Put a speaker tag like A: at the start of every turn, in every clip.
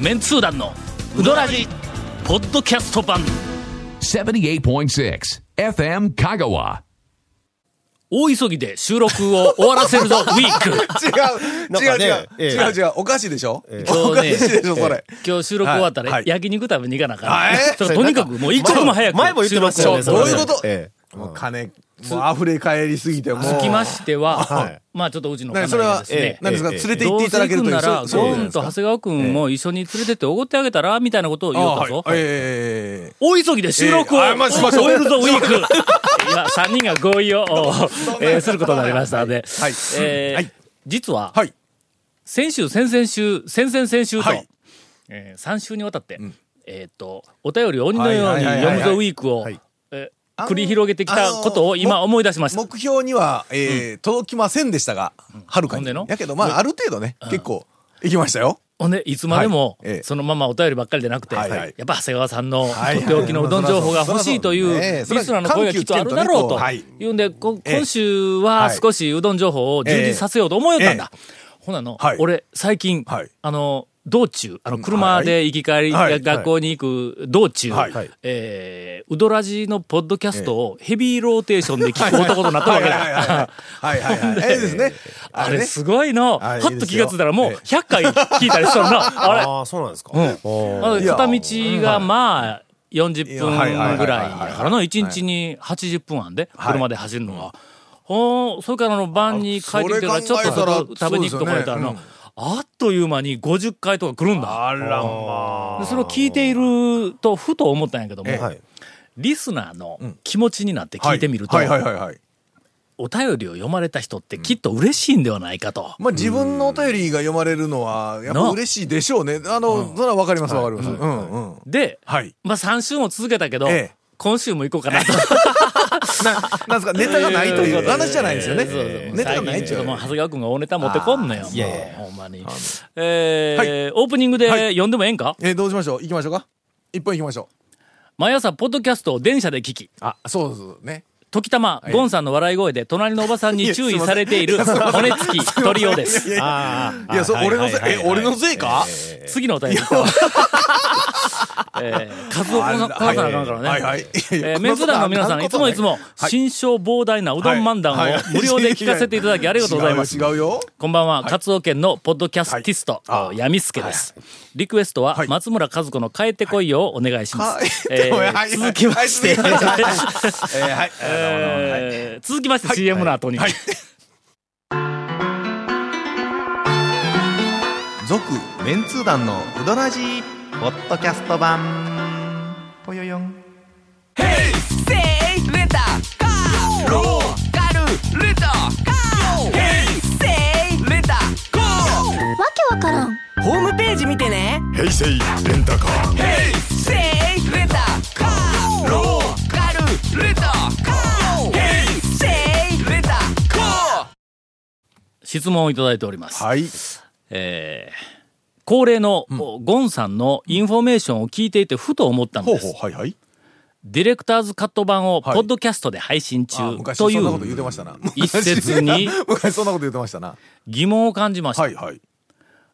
A: メンツー団のウドラジポッドキャスト版
B: 78.6 FM Kagawa.
A: 大急ぎで収録を終わらせる ぞウィーク
C: 違う、
D: なん
C: 違
D: か
C: う、
D: ね
C: 違う、
D: ええ
C: 違う、違う、おかしいでしょ
A: そ
C: お
A: う
C: か
A: ね
C: しいでしょ、それ。
A: 今日収録終わった
C: は
A: ら
C: い
A: 焼肉食べに行かなあか
C: は
A: ん
C: い
A: それとにかくもう一刻も早く
D: 前も言ってます
A: 収
D: よ
A: 録
D: ね。
A: を
C: 収
A: 終
C: 録
A: わら
C: をど
A: せ
C: う
A: る
C: いうこと
D: え
C: もう金、もう溢れ返りすぎて、もう。
A: つきまして
D: は
A: は、
D: い
A: まあちょっとうちの家
C: な
A: 内
C: にそれ
A: が
C: は
A: で、す
D: え
A: ね
D: え、
C: 何ですか、
D: ええ
C: 連れて
A: ど
C: 行っ
A: う
C: ていただ
A: せ
C: け
A: 行
C: る
A: く
C: とい
A: な
C: う、
A: ら、
C: そう
A: ゴ
C: そう
A: ーンと長谷川君も一緒に連れてっておごってあげたら、みたいなことを言
C: あ
A: うた
C: はい
A: ぞ。
C: えええええ
A: 大急ぎで収録を
C: ええあ
A: 終
C: まあしましょう
A: えるぞ、ウィー ク今、3人が合意を、えーすることになりましたので、
C: はい
A: えー
C: はい
A: 実は
C: え、はい。
A: 先週、先々週、先々先週と、
C: はい
A: え3週にわたって、えっと、お便りを鬼のように読むぞ、ウィークを、えー繰り広げてきたことを今思い出しました。
C: 目標には、えー、届きませんでしたが、はるか
A: ほん
C: に
A: での。
C: やけど、まあ、ある程度ね、結構、行きましたよ。
A: ほんで、いつまでも
C: はいえ、え
A: そのままお便りばっかりじゃなくて、
C: はい
A: やっぱ長谷川さんの、と
C: はい
A: っておきのうどん情報が欲しいという、
C: そら
A: リ
C: そう
A: スナーの声がきっとあるだろうと
C: はい。
A: いうんで、こ
C: ええ
A: 今週は
C: はい
A: 少しうどん情報を充実させようと思いよったんだ。ほなの
C: はい、
A: 俺、最近
C: はい、
A: あの、道中、あの、車で行き帰り、
C: はいはい
A: 学校に行く道中
C: はい、
A: えー、うどらじのポッドキャストをヘビーローテーションで聞く男となったわけ
C: はいはい
A: だ。
C: はいはい。はいは いはい。ええですね。
A: あ
C: ね
A: れすごいの。
C: は
A: はっ
C: いいい
A: と
C: です
A: 気
C: よ
A: がついたらもう
C: ええ
A: 100回聞いたりしとるな。あれ
D: ああ、そうなんですか。
A: まあ
D: う
A: 片道がまあ40分
C: はいはいはいはいはい
A: ぐらいやからの1日に80分あんで
C: い
A: 車で走るのは、ほんそれからの晩に帰ってきてから
C: あ
A: ちょっと
C: それ考えたら
A: 食べ食べに行くとこやったらの、
C: そうで
A: あっという間に50回とか来るんだ
D: あらま
A: で
D: あ。
A: それを聞いているとふと思ったんやけども、
C: え
D: はい。
A: リスナーの気持ちになって聞いてみると、
C: はいはいはいはい。
A: お便りを読まれた人ってきっと嬉しいんではないかと、
C: まあ、自分のお便りが読まれるのは、やっぱ
A: な
C: 嬉しいでしょうね。あの、それはわかりますわかります。うんうん。
A: で、
C: はい。
A: まあ、3週も続けたけど、
C: ええ
A: 今週も行こうかなと。
C: なんですか、ネタがないという話じゃないんですよね。
A: そうそう
C: ネタがないっち
A: 最
C: ゃ
A: 近
C: う
A: もう長谷川君が大ネタ持ってこんのよ。
D: いやいや
A: もうほんまに。えー、オープニングで呼んでもええんか
C: えー、どうしましょう行きましょうか一本行きましょ
A: 毎朝、ポッドキャストを電車で聞き、
C: う。あ、そうそうね。
A: 時たま、ゴンさんの笑い声で隣のおばさんに注意されている骨付きトリオです。
C: いや
D: あーあー。
C: いや、そう、
D: はい
C: 俺のせい
D: は、い
C: え、俺のせいか
A: 次のお便り。 えー、数をこなこなさなあかんからね。
C: はいはい。いやい
A: え
C: や
A: ー、メンズ団の皆さん、いつもいつ。も、新章膨大なうどん漫談
C: はい
A: を
C: はい
A: 無料で聞かせていただきありがと
C: そ
A: うんご
C: な
A: ざ
C: こ
A: い
C: とな
A: ま
C: い
A: す
C: 違。うよ、違うよ。
A: こんばんは、活動県のポッドキャスティスト、やみすけです。リクエストは
C: は、い
A: 松村和子の帰ってこいよをお願いします。
C: はい
A: えー
C: はいはい
A: 続きまして、
C: えー、はい。
A: えー続きまして CM の後に、
E: 続メンツー団のウドラジーポッドキャスト版ぽよよん
F: ホームページ見てね平成レンタカー平成レンタカーローカルレンタカー平成レンタカー
A: 質問をいただいております。
C: はい。
A: えー恒例の、ゴンさんのインフォメーションを聞いていてふと思ったん
C: ほう
A: で
C: ほう
A: す。、
C: はいはい。
A: ディレクターズカット版をポ
C: はい
A: ッドキャストで配信
C: あ
A: 中
C: 昔そ
A: とい
C: んなこと言っ
A: う
C: てましたな。
A: 一節に
C: 昔 昔そんなこと言ってましたな。
A: 疑問を感じました
C: は。いはい。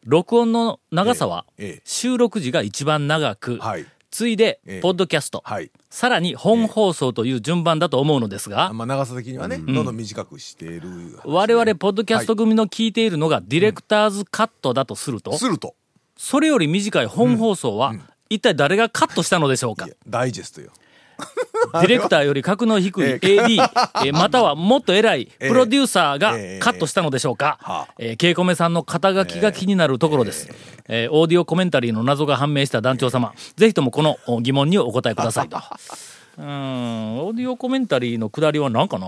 A: 録音の長さは
C: ええええ
A: 収録時が一番長く、
C: はい
A: ついで
C: ええ
A: ポッドキャスト、
C: はい。
A: さらに本放送という順番だと思うのですが、
C: まあ、長さ的にはね、どんどん短くしている。
A: 我々ポッドキャスト組の聞いているのがディレクターズカットだとすると、
C: すると、
A: それより短い本放送は、一体誰がカットしたのでしょうか
C: いやダイジェストよ。
A: ディレクターより格の低い AD、え ーまたはもっと偉いプロデューサーが
C: ええ
A: カットしたのでしょうか
C: はあ、
A: えー、ケイコメさんの肩書きが気になるところです。えーオーディオコメンタリーの謎が判明した団長様、ぜひともこのお疑問にお答えくだ さいと。うーん、オーディオコメンタリーのくだりは何かな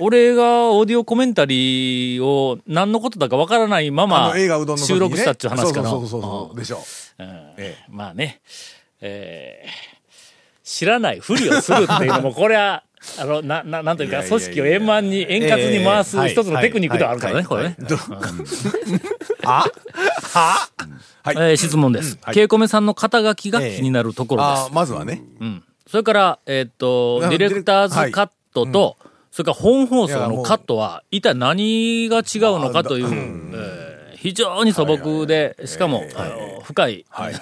A: 俺がオーディオコメンタリーを何のことだかわからないま
C: あ
A: ま
C: の映画うどんの時
A: 収
C: にね
A: 録したっていう話かな。
C: そうそうそうそうそう。でしょう。え
A: まあね、えー知らないふりをするっていうのも、これ は、あの、な、な、なんというか、組織を円満に、円滑に回す一つのテクニックではあるからね、これね。
C: は
A: えー質問です。ケイコメさんの肩書きが気になるところで
C: あ
A: す
C: ー。まずはね。
A: それから、えーっと、
C: あ
A: ディレクターズカットと、それから本放送のカットは、一体何が違うのかという、えー非常に素朴で、しかも、あの深い、
C: はい。い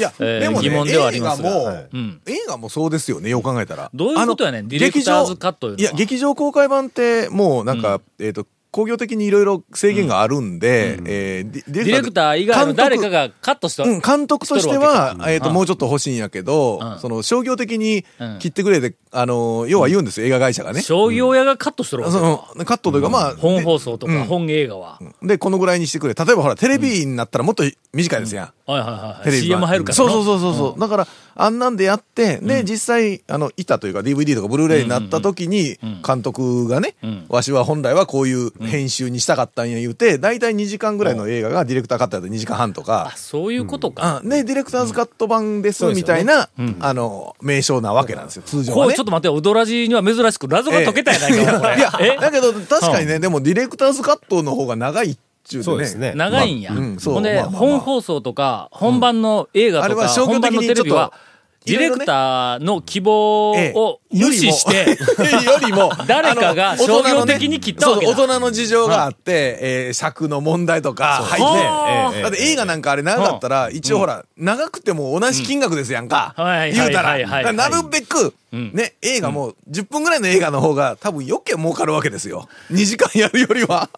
C: や、
A: えー
C: でもね、
A: 疑問ではありますが
C: 映画も、
E: はい
A: うん
C: 映画もそうですよね、よう考えたら。
A: どういうことやねん
C: あの
A: ディレクターズカットいうのは
C: 劇場いや、劇場公開版って、もうなんか、えっと、工業的にいろいろ制限があるんで、えーディ
A: ディレクター以外の誰かがカットした。
C: うん、監督としては、えっ、と、
A: うん
C: もうちょっと欲しいんやけど、
A: うん
C: その、商業的に
A: うん
C: 切ってくれて、あの、要は言うんですよ、映画会社がね。
A: 商業屋がカットしてるわけ
C: その、カットというか、まあ、
A: 本
C: で
A: 放送と
C: う
A: か
C: ん
A: 本映画は。
C: で、このぐらいにしてくれ。例えばほら、テレビになったらもっと短いですやん。
A: はいはいは
C: テ
A: い。
C: レビ
A: CM 入るから
C: そう
A: な
C: そうそうそうそう、だからあんなんでやってで、実際あの板というか DVD とかブルーレイになった時に監督がね、
A: ん
C: わしは本来はこういう編集にしたかったんや言うて大体2時間ぐらいの映画がディレクターカットだと2時間半とか
A: あ、。そういうことか。
C: あね、ディレクターズカット版ですみたいな、あの名称なわけなんですよ通常
A: こ
C: は、
A: う
C: ね、
A: ちょっと待ってよ、ウドラジには珍しく謎が解けたやないか、これ。
C: いや
A: え
C: だけど確かにねでもディレクターズカットの方が長いっちゅうでね
D: そうですね。
A: 長いんや。
C: まあうんそう
A: ほんで、
C: まあまあまあ
A: 本放送とか、本番の映画と
C: うんあれ
A: か、
C: は消
A: 本番
C: 極的
A: のテ
C: に
A: レビは、
C: ち
A: デ
C: ょ
A: ィ
C: っと
A: レ
C: いろいろね
A: クターの希望
C: ええ
A: を無視して、
C: より も よりも
A: 誰かが
C: あの
A: 商業的に切ったわけだ
C: 大人のねそうそう大人の事情があって、えー尺の問題とか入って、
A: はあ
C: ええだって映画なんかあれ長かったら、一応ほら、長くても同じ金額ですやんか、
A: うんはい
C: 言うたら,、
A: はいはいはい
C: なるべく、ね映画も10分ぐらいの映画の方が多分余計儲かるわけですよ2時間やるよりは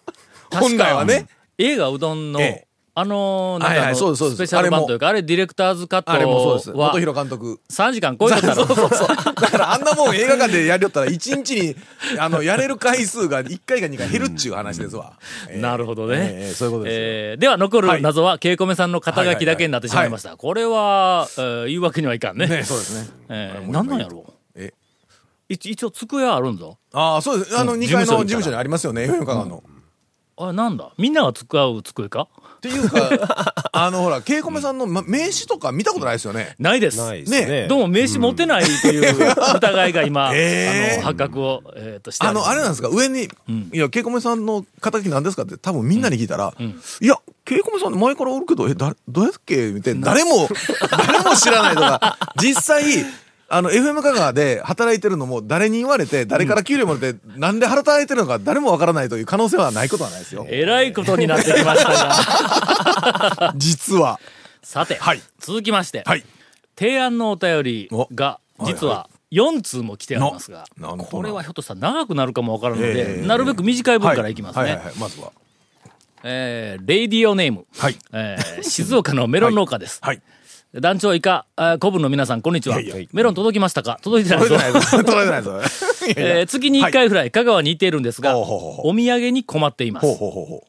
C: 本来はね。
A: 映画うどんの、
C: ええ
A: あのーなん
C: はい
A: かあ
C: はいそう
A: の
C: ですそう
A: ス
C: です
A: ペシャル版というか、あれディレクターズカット
C: あれもそうです
A: は
C: 元弘監督
A: 3時間超えとった
C: そう そう
A: ろ。
C: そう。だからあんなもん映画館でやりよったら、一日に、あの、やれる回数が1回か2回減るっちゅう話ですわ。えー
A: なるほど
C: え
A: ね。
C: ーえーそういうことですよ
A: えーでは残る謎は、ケイコメさんの肩書きだけになってしまいました。これは、えー言うわけにはいかんね。
C: ねそうですね。
A: えー
C: もう
A: なんなんやろ
C: え
A: 一一応机あるんぞ。
C: ああ、そうです。あの、
A: うん
C: 2階の
A: 事務所みたいな
C: 事務所にありますよね、FM 香川の。
A: あれなんだみんなが使う机か
C: っていうか、あの、ほら、ケイコメさんのま名刺とか見たことないですよね。
A: ないです。
D: ないですね。
C: ね
A: どうも名刺持てないという疑いが 今、
C: え
A: あ
C: ー
A: の発覚を、えー、として
C: あの、あれなん
A: ん
C: ですか、上に、いや、ケイコメさんの肩書き何ですかって、多分みんなに聞いたら、いや、ケイコメさん前からおるけど、え、だ、どうやっけみたいな、誰 も、誰も知らないとか、実際、あの、FM 香川で働いてるのも誰に言われて、誰から給料もらって、なんで働いてるのか誰もわからないという可能性はないことはないですよ。
A: えらいことになってきました が。
C: 実は。
A: さて、
C: はい
A: 続きまして、
C: はい。
A: 提案のお便りが
C: お
A: 実は4通も来てありますが、
C: ななんとな
A: これはひょっとしたら長くなるかもわからないので、
C: えー
A: なるべく短い分からいきますね。
C: はいはいはい、まずは。
A: えーレイディオネーム、
C: はい
A: えー静岡のメロン農家です。
C: はい。
A: 団長以下、あー古文の皆さん、こんにちは。
C: いやいや
A: メロン届きましたか届いてない
C: 取
A: ぞ
C: れ。てない ぞ。取れてないぞ。いやいや
A: えー月に1回ぐらい香川に行っているんですが、
C: ほうほうほうほ
A: お土産に困っています
C: ほう。ほうほうほ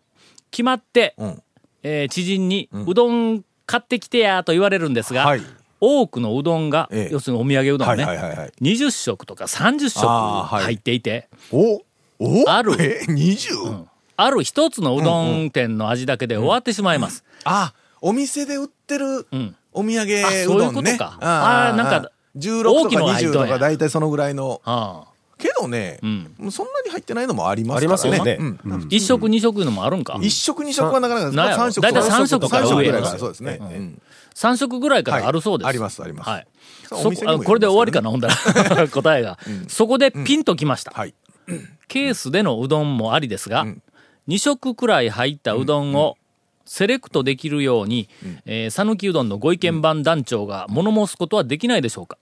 A: 決まって、
C: う。うん。
A: えー知人に、うどん買ってきてやと言われるんですが、
C: はい
A: 多くのうどんが、
C: ええ
A: 要するにお土産うどんね、
C: はいはいはいはい
A: 20食とか30食
C: あーはい
A: 入っていて、
C: おお
A: ある
C: え、20?
A: ある一つのうどん店の味だけで終わってしまいます。
C: あ、お店で売ってる
A: ん
C: お土産
A: あそう
C: う
A: いう
C: ど
A: こと
C: んね。
A: かあ
C: あ
A: ー
C: あ、
A: なんか
C: 16
A: 大
C: と
A: きい
C: か
A: のが入っ
C: 20
A: とん
C: と
A: や
C: か大体そのぐらいの。
A: ああ
C: けどね、
A: ん
C: もうそんなに入ってないのもありますから
D: ありますよね
C: うん
D: うん
A: 一食二食いうのもあるんか
C: 一食二食はなかなか
A: なんやろ
C: 三食
A: 大体三食から
C: 三食ぐらい
A: 上
C: からそうですね。うん
A: 三食ぐらいからあるそうです。
C: はいありますあります
A: はい。
C: そう
A: そ
C: お店
A: こあ
C: にもよりますけどね
A: これで終わりかな、ほんだら。 答えが、そこでピンときました、
C: はい。
A: ケースでのうどんもありですが、二2食くらい入ったうどんをセレクトできるように、えー讃岐うどんのご意見番団長が物申すことはできないでしょうか。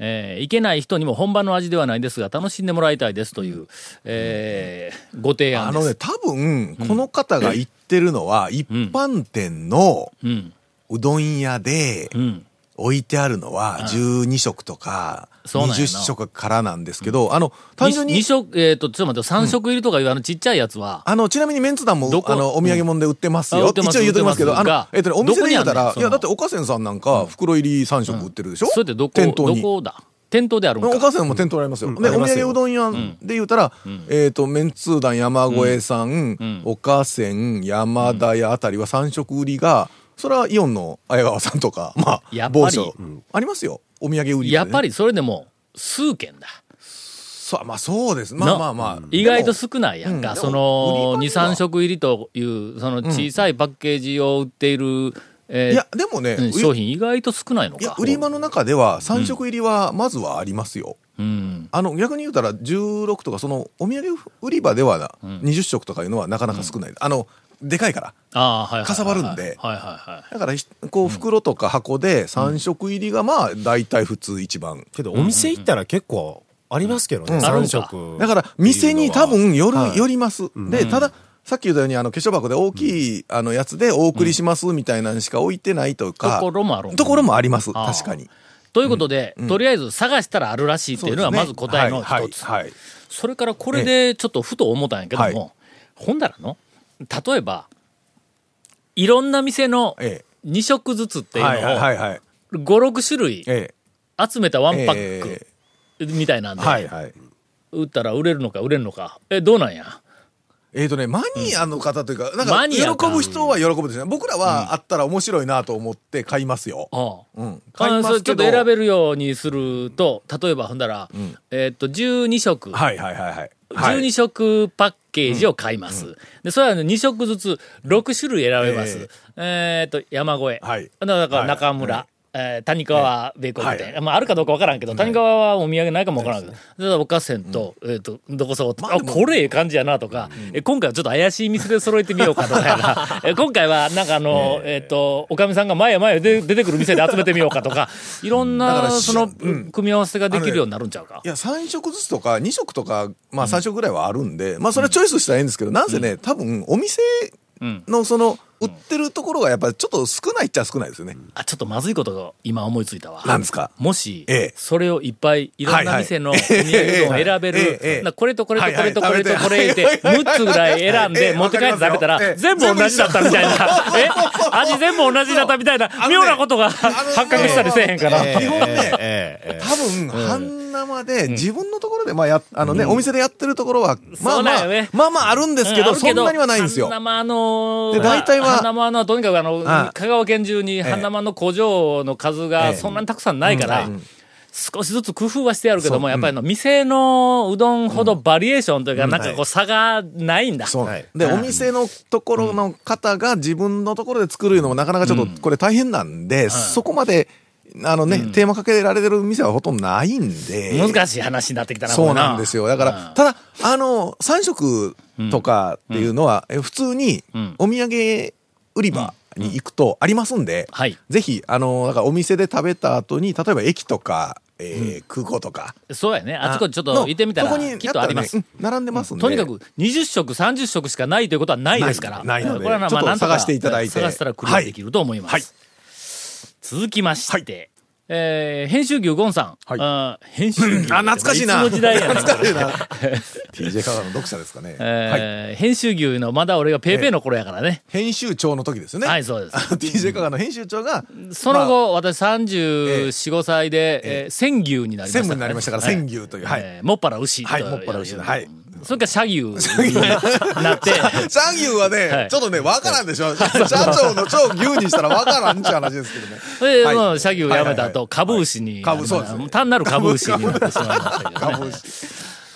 A: えーいけない人にも本場の味ではないですが、楽しんでもらいたいですという、えーご提
C: あ
A: 案で
C: の
A: す。
C: ね、多分、この方が言ってるのは、一般店の
A: うん。
C: うどん屋で、
A: うん。
C: 置いてあるのは12食とか
A: そうなんやな
C: 20食からなんですけど、あの、単純
A: 2
C: に、
A: 食、えっ、と、ちょっと待って、3食入りとかいうあのちっちゃいやつは、
C: あの、ちなみにメンツ団も
A: ど、こ
C: あの、お土産物で売ってます
A: あ売
C: よ。
A: って
C: 一
A: ます
C: 応言うときますけ
A: 売
C: ど、
A: っ
C: あ
A: てます
C: の、えっとね、お店で言うた
A: どこにあんねん
C: ら、
A: そ
C: い
A: の
C: や、だって、おかせんさんなんか、袋入り3食売ってるでしょ
A: それってどこ、
C: 店頭
A: ど
C: に。
A: こだ店頭であるん
C: お
A: か。
C: かせんも店頭にありますよ。で、お
D: あり
C: 土
D: ますよ
C: 産うどん屋で言うたら、えっと、メンツー団山越えさん、おかせん、山田屋あたりは3食売りが、それはイオンの綾川さんとか、ま
A: や
C: あ、
A: っぱり
C: 某所、ありますよ。お土産売りでね
A: やっぱりそれでも、数件だ。
C: そう、まあそうです。まあ
A: な
C: まあまあ。
A: 意外と
C: でも
A: 少ないやんか、
C: うん
A: そ
C: で
A: の
C: も売り場には
A: 23食入りというその小さいパッケージを売っている、えー
C: いや、でもね、
A: うん
C: 売り
A: 商品意外と少ないの
C: いや
A: か、
C: 売り場の中では3食入りはまずはありますよ。
A: うん
C: あの、逆に言うたら16とか、そのお土産売り場ではな、20食とかいうのはなかなか少ない。あの、でかいから。
A: ああ、はいはいはいはい。
C: かさばるんで
A: はいはいはい。
C: だからひ、こう、袋とか箱で3色入りがまあ、大体普通一番。
D: けどお店行ったら結構ありますけどね、
A: あるん
D: 三
A: か
D: 色
C: だから、店に多分よる、
D: はい
C: よります。で、ただ、さっき言ったように、あの、化粧箱で大きい、あの、やつでお送りしますみたいなのしか置いてないとか。
A: ところもあるんだ
C: ところもあります。
A: ああ
C: 確かに。
A: ということで、とりあえず探したらあるらしいっていうのはまず答えの一つ。
C: はいはいはい
A: それからこれでちょっとふと思ったんやけども、
C: ええは
A: ほんだらの、例えば、いろんな店の
C: ええ
A: 2色ずつっていうのを
C: はいはいはいはい。
A: 5、6種類
C: え
A: 集めたワ
C: え
A: ンパッ
C: え
A: クみたいなん
C: え
A: で、
C: はいはい。
A: 売ったら売れるのか売れんのか。え、どうなんや
C: えーとね、マニアの方というか、なん
A: マ
C: か、
A: ニアか
C: 喜ぶ人は喜ぶですね。僕らはあったら面白いなと思って買いますよ。
A: ああ
C: うん。買
A: あ
C: いま
A: そう
C: す
A: ちょ
C: け
A: っ
C: ど。
A: と選べるようにすると、例えばほんだら、えっと、12色、
C: はいはいはいはい。はい
A: 12色パッケージを買います。で、それは2色ずつ6種類選べます。えっと、山越え。
C: はい
A: あのだから中村。えー谷川米国店、まあ、あるかどうかわからんけど、谷川はお土産ないかもわからんけど、ただ、おかせんと、えっ、と、どこそこ、あ、これええ感じやなとか、え今回はちょっと怪しい店で揃えてみようかとかやな、え今回はなんかあの、えっ、と、おかみさんが前へ前へで出てくる店で集めてみようかとか、いろん
C: だか
A: な、
C: らし
A: その、
C: うん
A: 組み合わせができるようになるんちゃうか
C: い。や、3色ずつとか、2色とか、まあ3色ぐらいはあるんで、まあそれはチョイスしたらいいんですけど、なんせね、多分、お店のその、売ってるところがやっぱりちょっと少ないっちゃ少ないですよね。
A: あ、ちょっとまずいことが今思いついたわ。
C: なんですか
A: もし、
C: ええ
A: それをいっぱいいろんな店のお
C: はい
A: 土
C: は
A: 産
C: い
A: うどんを選べ
C: ええ
A: る、
C: ええええ
A: なこれとこれとこれとこれとこれって、
C: はいはい食べて
A: 6つぐらい選ん
C: え
A: で
C: え
A: 持って帰って食べた
C: わかり
A: ら、
C: ますよ
A: 全
C: ええ
A: 部同じだったみたいな、え味全部同じだったみたいな、
C: のね
A: 妙なことが
C: あのね
A: 発覚したりせえへんかな。
C: ええ基本ね
D: ええええ
C: 多分、半生で、自分のところで、まあや、あのね、お店でやってるところは、ま
A: そ
C: あ
A: うだ
C: ま
A: よ
C: あ
A: ね、
C: まあまああるんですけ
A: う
C: ど、
A: ある
C: そんなにはないんですよ。
A: 半生の、
C: で大体は
A: 半生のはとにかくあの、
C: ああ
A: 香川県中に半生の工場の数がそんなにたくさんないから、少しずつ工夫はしてやるけども、やっぱりあの、店のうどんほどバリエーションというか、なんかこう差がないんだ。
C: そう、
D: はい
C: で、お店のところの方が自分のところで作るのもなかなかちょっとこれ大変なんで、そこまで、あのね、テーマかけられてる店はほとんどないんで。
A: 難しい話になってきたな、これ
C: そうなんですよ。だか
A: う
C: ら、
A: ん
C: ただ、あの、3食とかっていうのは、え普通に
A: ん
C: お土産売り場に行くとありますんで、
A: はい
C: ぜひ、あの、だからお店で食べた後に、例えば駅とか、えー空港とか。
A: そうやね。あちこちちょっと
C: の
A: 行ってみたら、
C: そこに
A: きっとあります。
C: やったらねうん並んでますんで。
A: とにかく20色30色しかないということはないですから
C: ないないので
A: これはまあ
C: ちょっと
A: なんとか
C: 探していただいて
A: 探したらクリアできると思います、
C: はい
A: 続きまして、えー編集牛ゴンさん、
C: はい
A: あー編集牛って
C: あ、懐かしいな。
A: つの時代やねん
C: 懐 かしいな。TJ カラーの読者ですかね。はい。
A: えー編集牛のまだ俺がペーペーの頃やからね、
C: 編集長の時ですよね。
A: はいそうです
C: TJ カラーの編集長が、
A: その
C: まあ、
A: 後、私34、5歳で、えー鮮牛になりましたからね、
C: 専務になりましたから、
A: はい
C: 千牛という。はい。
A: えーもっぱら牛と
C: はいもっぱら牛はい
A: それから社牛にな って、
C: チャン牛はね、
A: はい
C: ちょっとね、わからんでし ょ。社長の長牛にしたらわからんって話ですけどね。
A: それで、
C: はい
A: まあ、社業を辞めた後、株牛に、
C: はい株そうですね
A: まあ単なる株牛になってしまいましたけどね。
C: 株式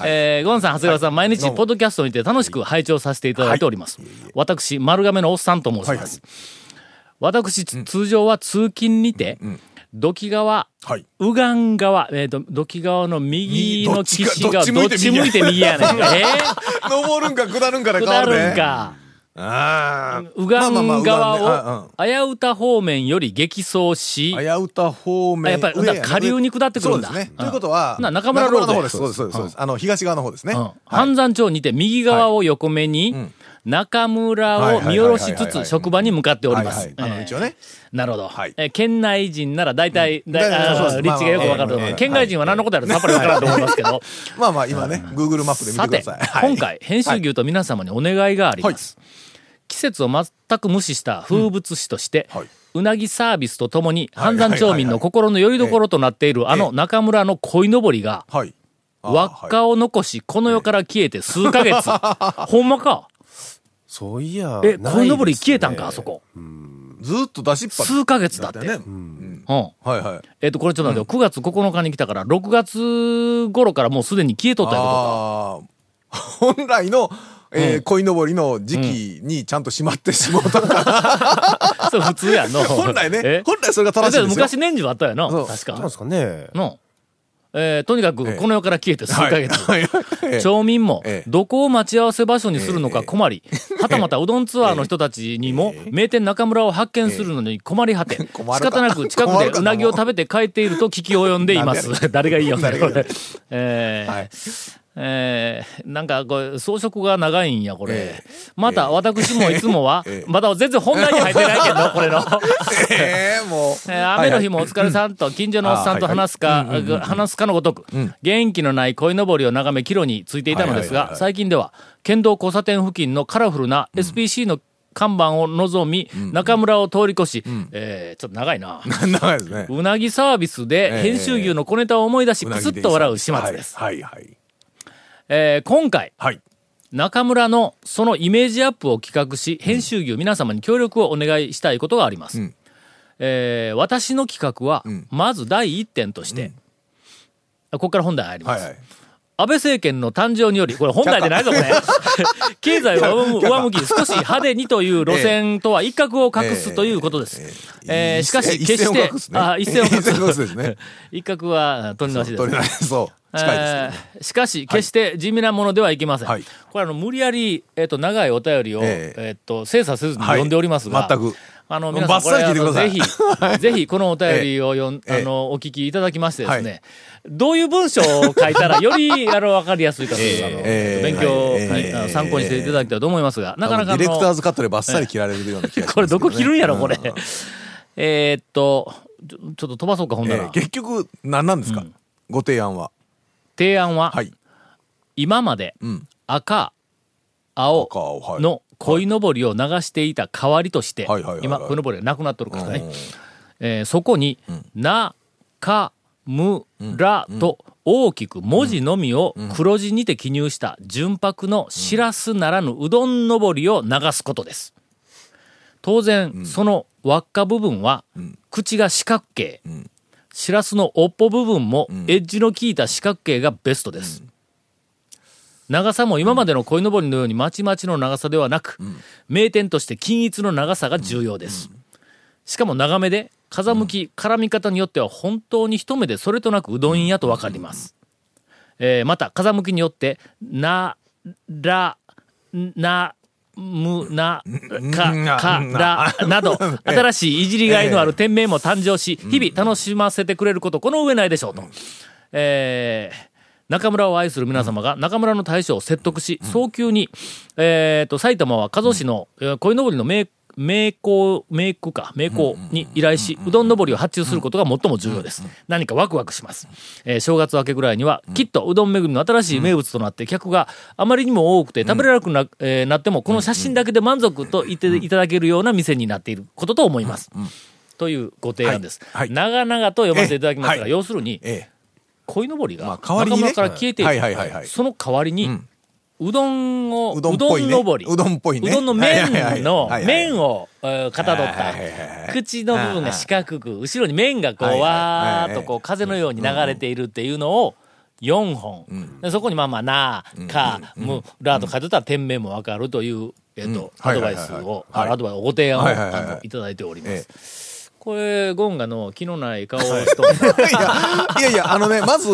A: えーゴンさん、長谷川さん、毎日
C: どう、も
A: ポッドキャストにて楽しく拝聴させていただいております。私、丸亀のおっさんと申します。私、つ通常は通勤にて、土器川、
C: はい。
A: 右岸側、えっ、と、土器側の右の岸側、ど
C: 右
A: っ
C: ど
A: ち
C: っち
A: 向
C: 向
A: い
C: い
A: て
C: て
A: 右
C: 右
A: やねん。 え
C: 登るんか下るんかで
A: ー、
C: 変
A: 下
C: わるね。
A: るん。か。
C: ああ。
A: 右岸
C: まあまあまあ
A: 側を
C: 右岸ね、
A: あやうた方面より激走し、
C: あやうた方面。
A: あやっぱり
C: 上ね
A: 下流に下ってくるんだ
C: そうです
A: う
C: ね
A: ん。
C: ということは、
A: な中村ロード
C: の方です。そうです、そうですそうです。あの、東側の方ですね。
A: うん
C: はい
A: 半山町にて右側を横目に、
C: ん
A: 中村を見下ろしつ
C: はいはいはいはいはい
A: つ職場に向かっております。
C: はいはいあの
A: えー
C: 一応ね
A: なるほど。
C: はい
A: えー県内人なら大体、だい
C: だい
A: あ
C: そうで
A: ー立
C: す
A: 地がよくわかると思う、
C: まあまあ
A: 県外人は何のことやらさっぱりわからんと思いますけど。
C: まあまあ今ね、Google マップで見
A: さ
C: てく
A: て
C: ださい。、はい
A: 今回、編集牛と皆様にお願いがあります。季節を全く無視した風物詩として、
C: うんはいう
A: なぎサービスとともに、
C: はい
A: 半山町民の心の拠り所となっている、あの中村の鯉のぼりが、
C: はい。あー
A: 輪っ
C: はい
A: かを残し、この世から消えて数ヶ月。 ほんまか
D: そういや
A: え、
D: ない
A: こいのぼり
D: ですね
A: 消えたんか、あそこ。
C: ずーっと出しっぱ
A: 数ヶ月だって。
C: だよ
A: う
C: ね。
A: ん。
C: はいはい。
A: えっと、これちょっと待ってよ、9月9日に来たから、6月頃からもうすでに消えとったってことか。
C: ああー本来の、えー鯉のぼりの時期にちゃんとしまってしまうと か、
A: それ普通やんの。
C: 本来
A: え
C: ね、本来それが正しいんですよ。
A: 昔年中あったやな、
C: そう
A: 確
D: そうなんで
A: か。
D: すかね
A: の。えーとにかく
C: ええ
A: この世から消えて数ヶ月。
C: はいはいええ
A: 町民も
C: ええ
A: どこを待ち合わせ場所にするのか困り、はたまたうどんツアーの人たちにも名店中村を発見するのに困り果て、仕
C: 困るか
A: 方なく近く
C: 困
A: で
C: るか
A: うなぎを食べて帰っていると聞き及んでいま
C: なん
A: す。誰がいいよ、ね、
C: 誰
A: こ
C: がいい
A: れ。えー
C: はい
A: えーなんかこれ装飾が長いんやこれ、
C: え
A: また私もいつもは、
C: ええ
A: まだ全然本題に入ってないけどこれの、
C: ええもう。
A: えー雨の日もお疲れさんと近所のおっさんと話すか、話すかのごとく、元気のない鯉のぼりを眺め帰路についていたのです
C: はいはいはい
A: が、
C: はい
A: 最近では、県道交差点付近のカラフルな SPC の看板を望み、中村を通り越し、えーちょっと長いな。
C: 長いですね。
A: うなぎサービスで編集牛の小ネタを思い出し、
C: う
A: ク
C: な
A: ス
C: ぎ
A: ッ
C: で
A: と笑う始末です。
C: はいはい。
A: えー今回、
C: はい。
A: 中村のそのイメージアップを企画し、編集業皆様に協力をお願いしたいことがあります。
C: うん
A: えー私の企画は
C: ん、
A: まず第一点として、ここから本題ありま
C: は
A: す。
C: いはい。
A: 安倍政権の誕生により、これ本題でない ぞ、これ。経済を上向上向き、少し派手にという路線とは一角を隠すということです。
C: ええええ
A: えーしかし、
C: 一
A: 決し
C: 線を
A: て、
C: 隠すね
A: あ一線を隠す。
C: 一線を隠すですね
A: 一角は取り直しです
C: 取り。ないそう。近いですけどね。
A: えーしかし、決して地味なものではいけません。
C: はい
A: これあの、無理やり、えっ、と、長いお便りを、え
C: え
A: っ、
C: え
A: と、精査せずに
C: はい
A: 読んでおりますが、
C: 全く
A: あの、皆さん、
C: バッ
A: これ
C: サ
A: あ
C: リ切
A: の
C: ってくださ
A: ぜ
C: い
A: ひ、ぜひ、このお便りを読ん、
C: ええ
A: あの、お聞きいただきましてですね、どういう文章を書いたら、より、あの、わかりやすいかという、あの、
C: ええ
A: 勉強、
C: ええ
A: はい
C: ええ
A: あの参考にしていただきたいと思いますが、なかなかあ
C: 多
A: の
C: 分ディレクターズカットでバッサリ切られるような気がしますけね、
A: これどこ切るんやろ、これ
C: うん。
A: えーっと、ちょちょっと飛ばそうか、ほん
C: え
A: なら。
C: ー結局、何なんですか、ご提案は。
A: 提案は、
C: はい。
A: 今まで
C: うん。
A: 赤、青、
C: 赤青はい
A: の鯉のぼりを流していた代わりとして、
C: はいはいはいはい
A: 今、鯉のぼりはなくなっとるからね、
C: うん
A: えーそこに、な、か、む、らと大きく文字のみを黒字にて記入した純白のしらすならぬうどんのぼりを流すことです。当然、その輪っか部分は、口が四角形、しらすの尾っぽ部分も、エッジの効いた四角形がベストです。長さも今までの鯉のぼりのようにまちまちの長さではなく、名店として均一の長さが重要です。しかも長めで、風向き、絡み方によっては本当に一目でそれとなくうどん屋とわかります。えーまた、風向きによって、な、ら、な、む、な、か、か、ら、など、新しいいじりがいのある店名も誕生し、日々楽しませてくれること、この上ないでしょうと。えー中村を愛する皆様が中村の大将を説得し、早急に、えーと、埼玉は加須市の、えー鯉のぼりの名、名工、名工か、名工に依頼し、うどんのぼりを発注することが最も重要です。何かワクワクします。えー正月明けぐらいには、きっとうどん巡りの新しい名物となって、客があまりにも多くて食べられなくな,、えーなっても、この写真だけで満足と言っていただけるような店になっていることと思います。というご提案です。
C: はいはい
A: 長々と読ませていただきますが、
C: ええはい
A: 要するに、
C: え
A: 鯉のぼりが
C: まあ代わりにね
A: 中村から消えている、
C: はいはいはいはい
A: その代わりに、うどんを
C: うどんっぽいね
A: うどんのぼり
C: うどんっぽいね
A: うどんの
C: はいはいはい
A: 麺の
C: はいはい
A: 麺をえーかたどっ
C: はいはいはいは
A: た
C: い
A: 口の部分が四角く後ろに麺がこ
C: はいうはい
A: わーっとこう風のように流れているっていうのを4本、でそこにまあまあ「な」「か」「む」「ら」と書いてたら店名もわかるという、えーと
C: うん
A: アドバイスを、
C: はいはいはいはい
A: あアドバイスご提案を、
C: はいはいはいはい
A: あのいただいております。
C: え
A: これゴンガの気のない顔をしとんな
C: えいやいやいや、あのね、まず、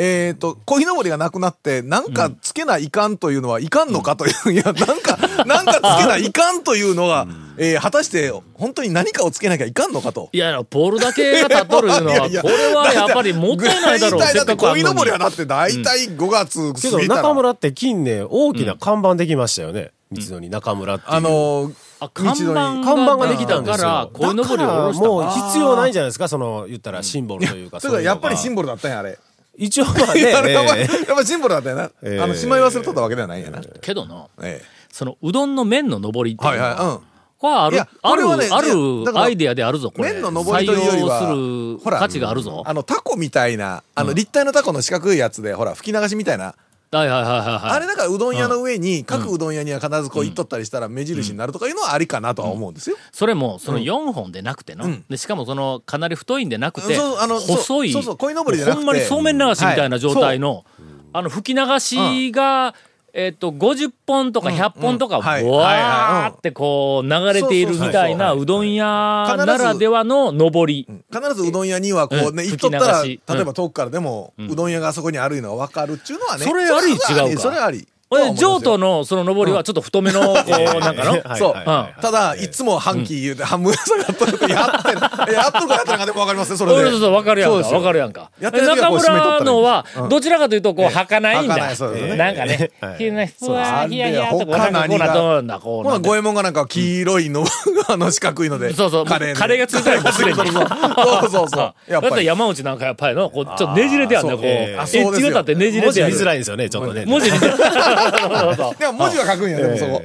C: えっと、鯉のぼりがなくなって、なんかつけないかんというのはいかんのかという、いや、なんか、なんかつけないかんというのは、えー果たして、本当に何かをつけなきゃいかんのかと。
A: いやいや、ポールだけが立っとるいうのは、
C: いやいや
A: これはやっぱりもったいないだろう、
C: 大体
A: せっ
C: だ
A: か
C: って
A: くあん
C: 鯉
A: の
C: の
A: に
C: ぼりはだって大体5月
D: け
C: 過
D: ど
C: ぎたら
D: 中村って近年大きな看板できましたよね。三つのに中村っていう。
C: あのー
A: あ
C: 道の
A: 看
C: り
A: 板
D: 看板
A: が
D: が
A: で
D: で
A: き
D: き
A: た
D: た
A: ん
D: ん
A: で
D: ですす
A: よ
D: よ。
A: 鯉のぼりを下ろしたんだ
D: もう必要ないじゃないですか、その、言ったらシンボルと いうか。
C: という
D: そう
C: か
D: いう
C: や
D: の
C: っぱ
D: が
C: りシンボルだったんやあれ。
D: 一応まあね
C: い やあれやっぱ
D: え
C: り
D: え
C: やっぱシンボルだったよな。
D: え
C: あの、しまい忘れとったわけではないんやな。
A: けどな、
C: え
A: そのうどんの麺の上りって
C: え。
A: いう
C: は
A: の
C: い
A: は、
C: はい。うん。
A: これはある、
C: いや
A: あ
C: これ
A: る、
C: は
A: あ
C: ねいやだか
A: る
C: ら
A: アイデアであるぞ、これ。
C: 麺の上りというよりは
A: 採用す
C: ほ
A: る
C: ら
A: 価値があるぞ。
C: あの、タコみたいな、あの、立体のタコの四角いやつで、ほら、吹き流しみたいな。
A: はいはいはいはいはい。
C: あれだからうどん屋の上に、各うどん屋には必ずこう行っとったりしたら目印になるとかいうのはありかなとは思うんですよ。
A: それも、その4本でなくての、
C: うん
A: で、しかもその、かなり太いんでなくて、
C: そうあのそう
A: 細い、
C: そうそう鯉のぼりじゃなく
A: ほ
C: て
A: んまにそうめん流しみたいな状態の、あの、吹き流しが、ええっと、50本とか100本とか、
C: うんはい
A: わーってこう、流れているみたいな、
C: そう
A: どん屋な
C: 必ず
A: らではの上り。
C: 必ずうどん屋にはこうね、
A: うん
C: 行っとったら、
A: 吹き
C: 例
A: 流しうん
C: えば遠くからでも、うどん屋があそこにあるいうのが分かるっていうのはね。
A: それあり違うか
C: それはあり。
A: 俺、譲渡
C: の。
A: のその上りはちょっと太めの、こ う、なんかの、
C: そう
D: はいはいはい
C: ただ、いつも半期言うて、半分下がっとるとやって る。やっとるかやってないかでも分かりますね、それ
A: そう
C: で。
A: そうそう、わかるや
C: そうんで
A: か、
C: すよ
A: わかるやんか。
C: やってる時は
A: 中
C: こう締めとったらいい
A: 村のは
C: う、ん
A: どちらかというと、こう、はかないん
C: 儚
A: だ
C: いそうです。ね
A: なんかね
D: は、い
A: ひねふわ
C: あ
A: ー、ひやひ
C: れ
A: やとこう、な
C: 他
A: んかこう
C: 何
A: なっと
C: が
A: るんだ、こう
C: ほ
A: な
C: なん
A: か。
C: 五右衛門がなんか黄色いの、 あの四角いので。
A: そうそう、カレ
C: ね
A: ーがついたりもするやん
C: そうそうそうそう。や
A: やっ
C: っ
A: ぱ
C: ぱ
A: り
C: り。
A: 山内なんかやっぱりの、こう、ちょっとねじれてやんね、
D: あ
A: こ
D: ー
A: う。
D: そう
A: エ
D: え
C: ー
A: ッジが立ってねじれ
D: 文
A: て
D: 字
A: や
D: 見
A: る
D: づらいんですよね、ちょっとね。
A: 文字見づ らい。そうそう
C: でも文字は書くんやでもそこ。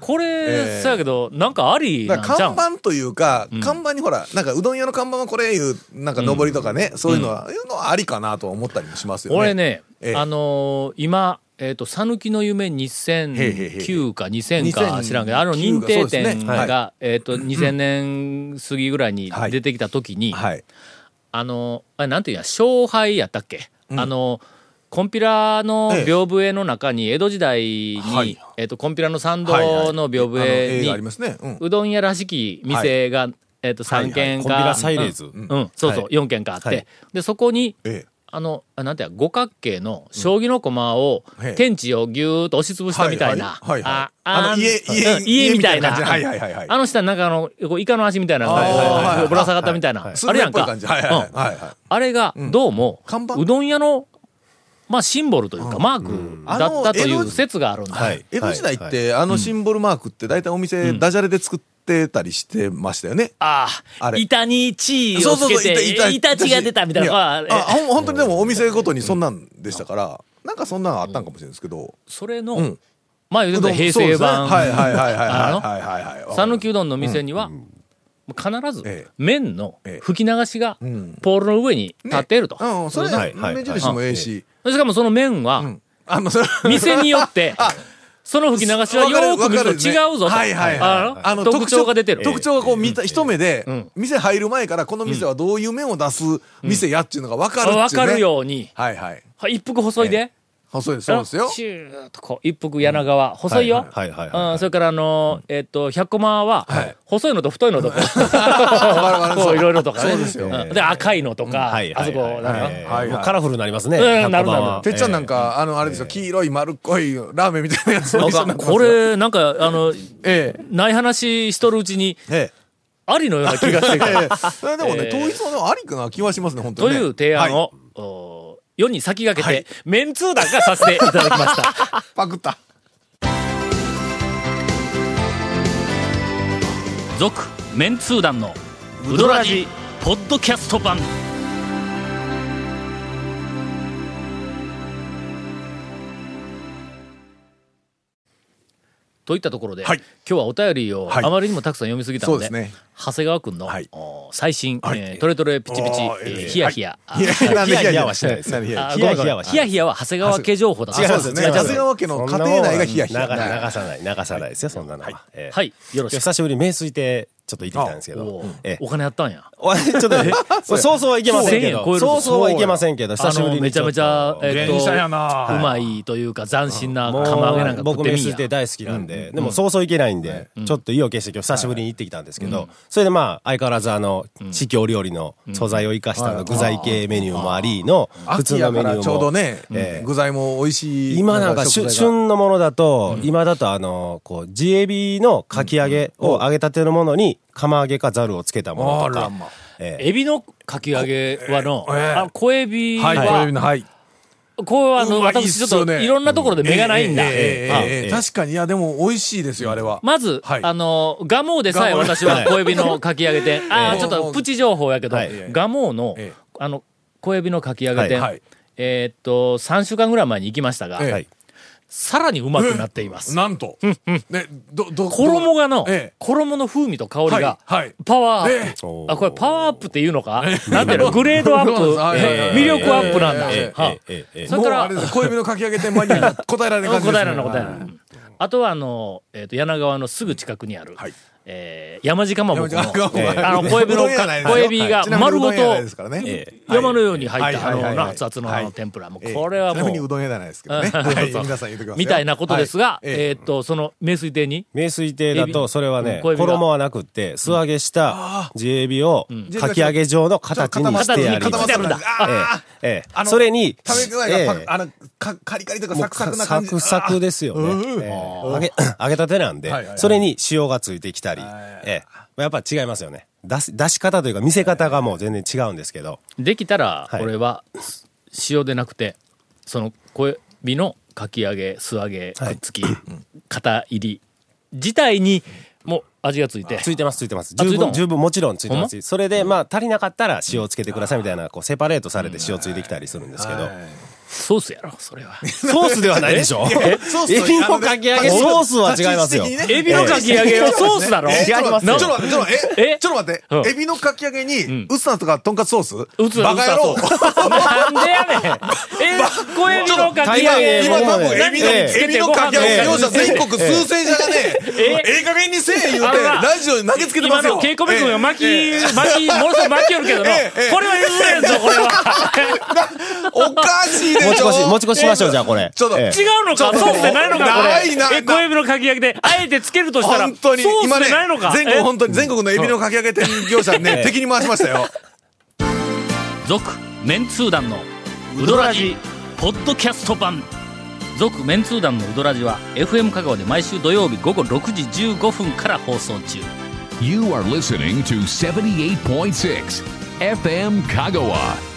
A: これ、そうやけど、なんかあり
C: だ
A: な
C: か
A: ん
C: ら
A: ちゃ
C: 看
A: う
C: 板というか、看板にほら、なんかうどん屋の看板はこれいう、なんか上りとかね、そういうのは、いうのはありかなとは思ったりもしますよね。
A: 俺ね、
C: ええ
A: あのー今、えっと、さぬきの夢2009か2000か
C: 2009
A: 知らんけど、あの認定
C: そうです
A: 店
C: ね
A: が、えっと、2000年過ぎぐらいに
C: はい
A: 出てきた時に、
C: はい。
A: あの、あれなんていうんや、勝敗やったっけ、あの、コンピラの屏風絵の中に、江戸時代に、
C: はい
A: えっと、コンピラの参
C: はいは
A: 道
C: い
A: の屏
C: あの
A: 風絵
C: 映
A: に、
C: 画ありますね。うん。
A: うどん屋らしき店が、えっと、3
D: コ
A: 軒
D: ン
A: か、
D: ビラサイレーズ。
A: うん、うんそうそう、
D: は
A: 4軒かあって、
C: はい
A: で、そこに、
C: ええ。
A: あの、あなんてや、五角形の将棋の駒を
C: うんええ、
A: 天地をぎゅーっと押しつぶしたみたいな。
C: はいはいはいはい
A: あ、
C: あの
A: あん
C: 家家
A: うん家みたいな。
C: 家みたいな感じはいはいはいはい
A: あの下になんかあの、こうイカの足みたいなのが
C: はいはいはいはい
A: こうぶら下がったみたい
D: はい
A: な
D: は。
A: あれやんか。
C: スズメっぽい感じはいはいは
A: う
C: い
A: ん
C: はいはい。
A: あれが、どうも
C: 看板、
A: うどん屋の、まあ、シンボルというか、マークだったとい
C: あの江
A: う
C: 戸
A: 説があるんだ。
D: はい
C: 江戸時代っ
D: はい
C: て、あのシンボルマークって大体お店、ダジャレで作ってたりしてましたよね。
A: ああ
C: あ、れ
A: 板に地位をつけて、板地が出たみたいな。
C: やあ、
A: あえ
C: ほん本当にでもお店ごとにそんなんでしたから、なんかそんなんあったんかもしれないですけど。
A: それ
C: う
A: の
C: ん、
A: まあ言う
C: う
A: と
C: どん
A: 平
C: そう
A: 成
C: ですね
A: 版。
C: はいはいはいはい
A: あの
C: はいはいはいはい。
A: 讃岐うどんの店には、必ず
C: ええ
A: 麺の吹き流しが
C: ん
A: ポールの上に立っていると。
C: うん、それ
D: はいはいはい
C: 目印もええし。
A: しかもその麺
C: う
A: は
C: ん、あの、それ
A: 店によって
C: あ、
A: その吹き流しはよーく見ると違うぞと。
C: はいはい
A: あ
C: はい。
A: の特徴が出てる。
C: 特徴がこう見た、一目で
A: ん、
C: 店入る前からこの店はどういう面を出す店やっていうのが分かるっていうね
A: わかる。ように、
C: はいはい。
A: 一服細いで。
C: 細いです、そうですよ。
A: シューッとこう、一服柳川、細いよ。
D: はいはいはいはい
A: うん、それからあのー、えっと、百コマは、細いのと太いのとこ
C: るわか
A: う、
C: る
A: こういろいろとかね。
C: そうですよ
A: んで、赤いのとか、
D: はい
A: あ
D: は
A: そ
D: い
A: こ、
D: はい
A: なんか
D: は、い
C: はい
D: もうカラフルになりますね。
A: うん
D: 100番
A: なるな
D: は
A: る
C: てっちゃんなんか、あの、あれですよ、黄色い丸っこいラーメンみたいなやつを一緒 になってますよ
A: こ、れ、なんか、あの、
C: ええ。
A: ない話しとるうちに、
C: ええ。
A: ありのような 気がしてくる
C: それでも
A: え
C: ね、
A: ー
C: 統一もでもありかな気はしますね、本当
A: と
C: にね。
A: いう提案
C: はい。
A: を、お世に先駆けて、メンツー団がさせていただきました。
C: パクった。
A: 続、メンツー団の、ウドラジ、ポッドキャスト版。といったところで、
C: はい
A: 今日はお便りを
C: はい
A: あまりにもたくさん読みすぎたので、
C: そうですね
A: 長谷川君の、
C: はい
A: お最新、
C: はい
A: えートレトレピチピチ、
C: おー
A: えー
C: えー
A: ヒヤヒヤ、あ
C: いやなん
D: ヒ
C: で
D: ヤヒヤ
C: や
D: はしてないですよ
C: んでヒヤヒヤ
A: あ
D: ヒヤヒヤ
A: ごめんごめん
D: はしない
A: ヒヤヒヤは長谷川家情報だ
C: 違いますね
A: 違う違う
C: 長谷川家の家庭内がヒヤヒヤ
D: そんなもんは流流さない、流さないですよ、そんなのは。ええ
A: はいよろしく
D: 今日久しぶりに名水亭、ちょっと行ってきたんですけ
A: お
D: ど
A: う、
D: ええ
A: お金あったんや。
D: おいちょっとね、そうそうはいけませんけ
A: 1000円超え
D: ど、
A: るぞ
D: そうそうはいけませんけど、久しぶり
A: あの
D: に
A: めち
D: ち
A: ゃ
D: ょっと。
A: めちゃ、えっと、
D: 芸人
A: うまいというか斬新な釜揚げなんか食
D: 僕
A: って
D: 名
A: みん
D: 水
A: や
D: 亭。大好きなんで、でもそうそういけないんで、ちょっと意を決して今日久しぶりに行ってきたんですけど、それでまあ、相変わらずあの、四季折々の素材を生かしたあの具材系メニューもありの、普
C: 秋
D: 通
C: やか
D: のメニュー
C: ら
D: も。
C: ちょうどね、
D: ええ
C: 具材も美味しい。
D: 今なんか旬
C: 食材が
D: 旬のものだと、今だとあの、こう、地エビのかき揚げを揚げたてのものに、釜揚げかざるをつけたものと
C: あら
D: か
C: ま。
D: ええ
A: エビのかき揚げはの、
C: ええ
A: あ小エビは、
C: はい、小指の、はい。
A: これはあの、
C: うわいいっ
A: 私
C: す
A: ちょ
C: よ
A: っと
C: ね
A: いろんなところで目がないんだ。
C: えええ
A: あ
C: えええええ確かに、いや、でも美味しいですよ、あれは。
A: まず、
C: はい
A: あの、ガモーでさえ私は
D: はい
A: 小エビのかき揚げ店、ああ、
C: ええ
A: ちょっとプチ情報やけど、
D: はい
A: ガモーの
C: ええ、
A: あの、小エビのかき揚げ店、
C: はいはい
A: えーっと、3週間ぐらい前に行きましたが、
C: ええ
D: はい
A: さらにうまくなっています。
C: なんと。ね、ど、ど、
A: 衣がの、
C: ええ
A: 衣の風味と香りが、
C: はいはい
A: パワーアップ、
C: ええ
D: おー
A: あ、これパワーアップっていうのか、なんて いうのグレードアップ、
C: はいはいはい
A: 魅力アップなんだ。
C: ええ
D: ええ
A: はあ
D: ええええ
A: それ
C: もう
A: から
C: あれ です、小指のかき揚げ店マニアに答えられない感じ
A: 答
C: ですね
A: えられない答えられない。あとはあの、えっと柳川のすぐ近くにある、
C: はい
A: えー山鹿まぼこの、
C: 山鹿まぼこ
A: えーあの、
C: はい
A: 小エビの
C: うどん屋
A: か、
C: ないですよ
A: 小エビが
C: ちなみに
A: 丸ご
C: うどん屋ない
A: と
C: ですからねえ
A: 山のように入っ
C: は
A: た、
C: い
A: あ
C: はいはいはい
A: の、な熱々のあの
C: はい
A: 天ぷら。もう
C: ええ
A: これは
C: ちな
A: も
C: みにう
A: う、
C: どん屋じゃないですけど ね。
A: うん
C: は
A: そう
C: い
A: そう
C: 皆さん言ってくださいよ。
A: みたいなことですが、
C: はい
A: えーっと、その、名水亭に、
D: 名水亭だと、それは
A: うん
D: ね、
A: 小エビが
D: 衣はなくって、素揚げした地エビを、かき揚げ状状の形にしてやり
A: 形に
D: ま
A: し
D: す
A: て。あるんだ。
C: あー
D: ええええ
C: あの
D: それに、
C: 食べ具合がパ
D: ええ
C: ク、あの、かカリカリとか
D: もう
C: サクサクな感じ。
D: サクサクですよね。ええ揚げ、 揚げたてなんで
C: はいはいは、い
D: それに塩がついてきたり、ええやっぱ違いますよね。出し、出し方というか見せ方がもう全然違うんですけど、
A: できたら、
D: はい
A: これは、す塩でなくて、その、小エビのかき揚げ、素揚げ、く
D: はい
A: っつき、型入り自体に、もう味がついて、
D: ついてます、ついてます。
A: あついて
D: 十
A: んの
D: 分、十分、もちろんついてま
A: ほん
D: す。それで、まあ、足りなかったら塩をつけてくださいみたいな、こう、セパレートされて塩ついてきたりするんですけど、
A: ソースやろ、それは。
D: ソースではないでしょ
A: え
C: ソース
D: エビのかき揚げソースは違います よ。
A: エビのかき揚げはソースだろ
C: えちょっと待っ
A: 違いま
C: て、ち
A: す
C: ょっと待って、ちょっと待って
A: え
C: えちょっと待って、
A: うん
C: エビのかき揚げに
A: ん、
C: ウスターとかトンカツソース
A: うつ
C: バカ野郎
A: うつらそうなんでやねん。え、小エビのかき揚げ。
C: 今
D: 今
C: 多
D: 多
C: 分
D: 分
C: エビの、
D: ええ
C: エビのかき揚げ業者全国数千社がね、
A: え
C: ええ加減にせえ言う
A: あ
C: て、
A: のな
C: ラジオに投げつけてま
A: 今
C: すよ
A: の。ケイコメ君
C: え
A: が
C: え
A: 巻き、巻き、ものすごい巻きよるけどな
C: ええええ
A: これは譲れんぞ、これは。
C: おかしいでしょ
D: 持ち越し、 持ち越しましょう、じゃあこれ。
C: ちょっと
D: ええ
A: 違うの
C: ちょっ
A: か
C: と
A: ソースでないのかこ
C: ないな
A: れ。え、小エビのかき揚げで、あえてつけるとしたら、ソ
C: 本当
A: ー
C: に、
A: ス
C: 今ね
A: でないのか、
C: 全国、本当に全国のエビのかき揚げ店業者ね、敵に回しましたよ。
A: 続メンツー団のウドラジポッドキャスト版続メンツー団のウドラジは FM 香川で毎週土曜日午後6時15分から放送中
B: You are listening to 78.6 FM Kagawa.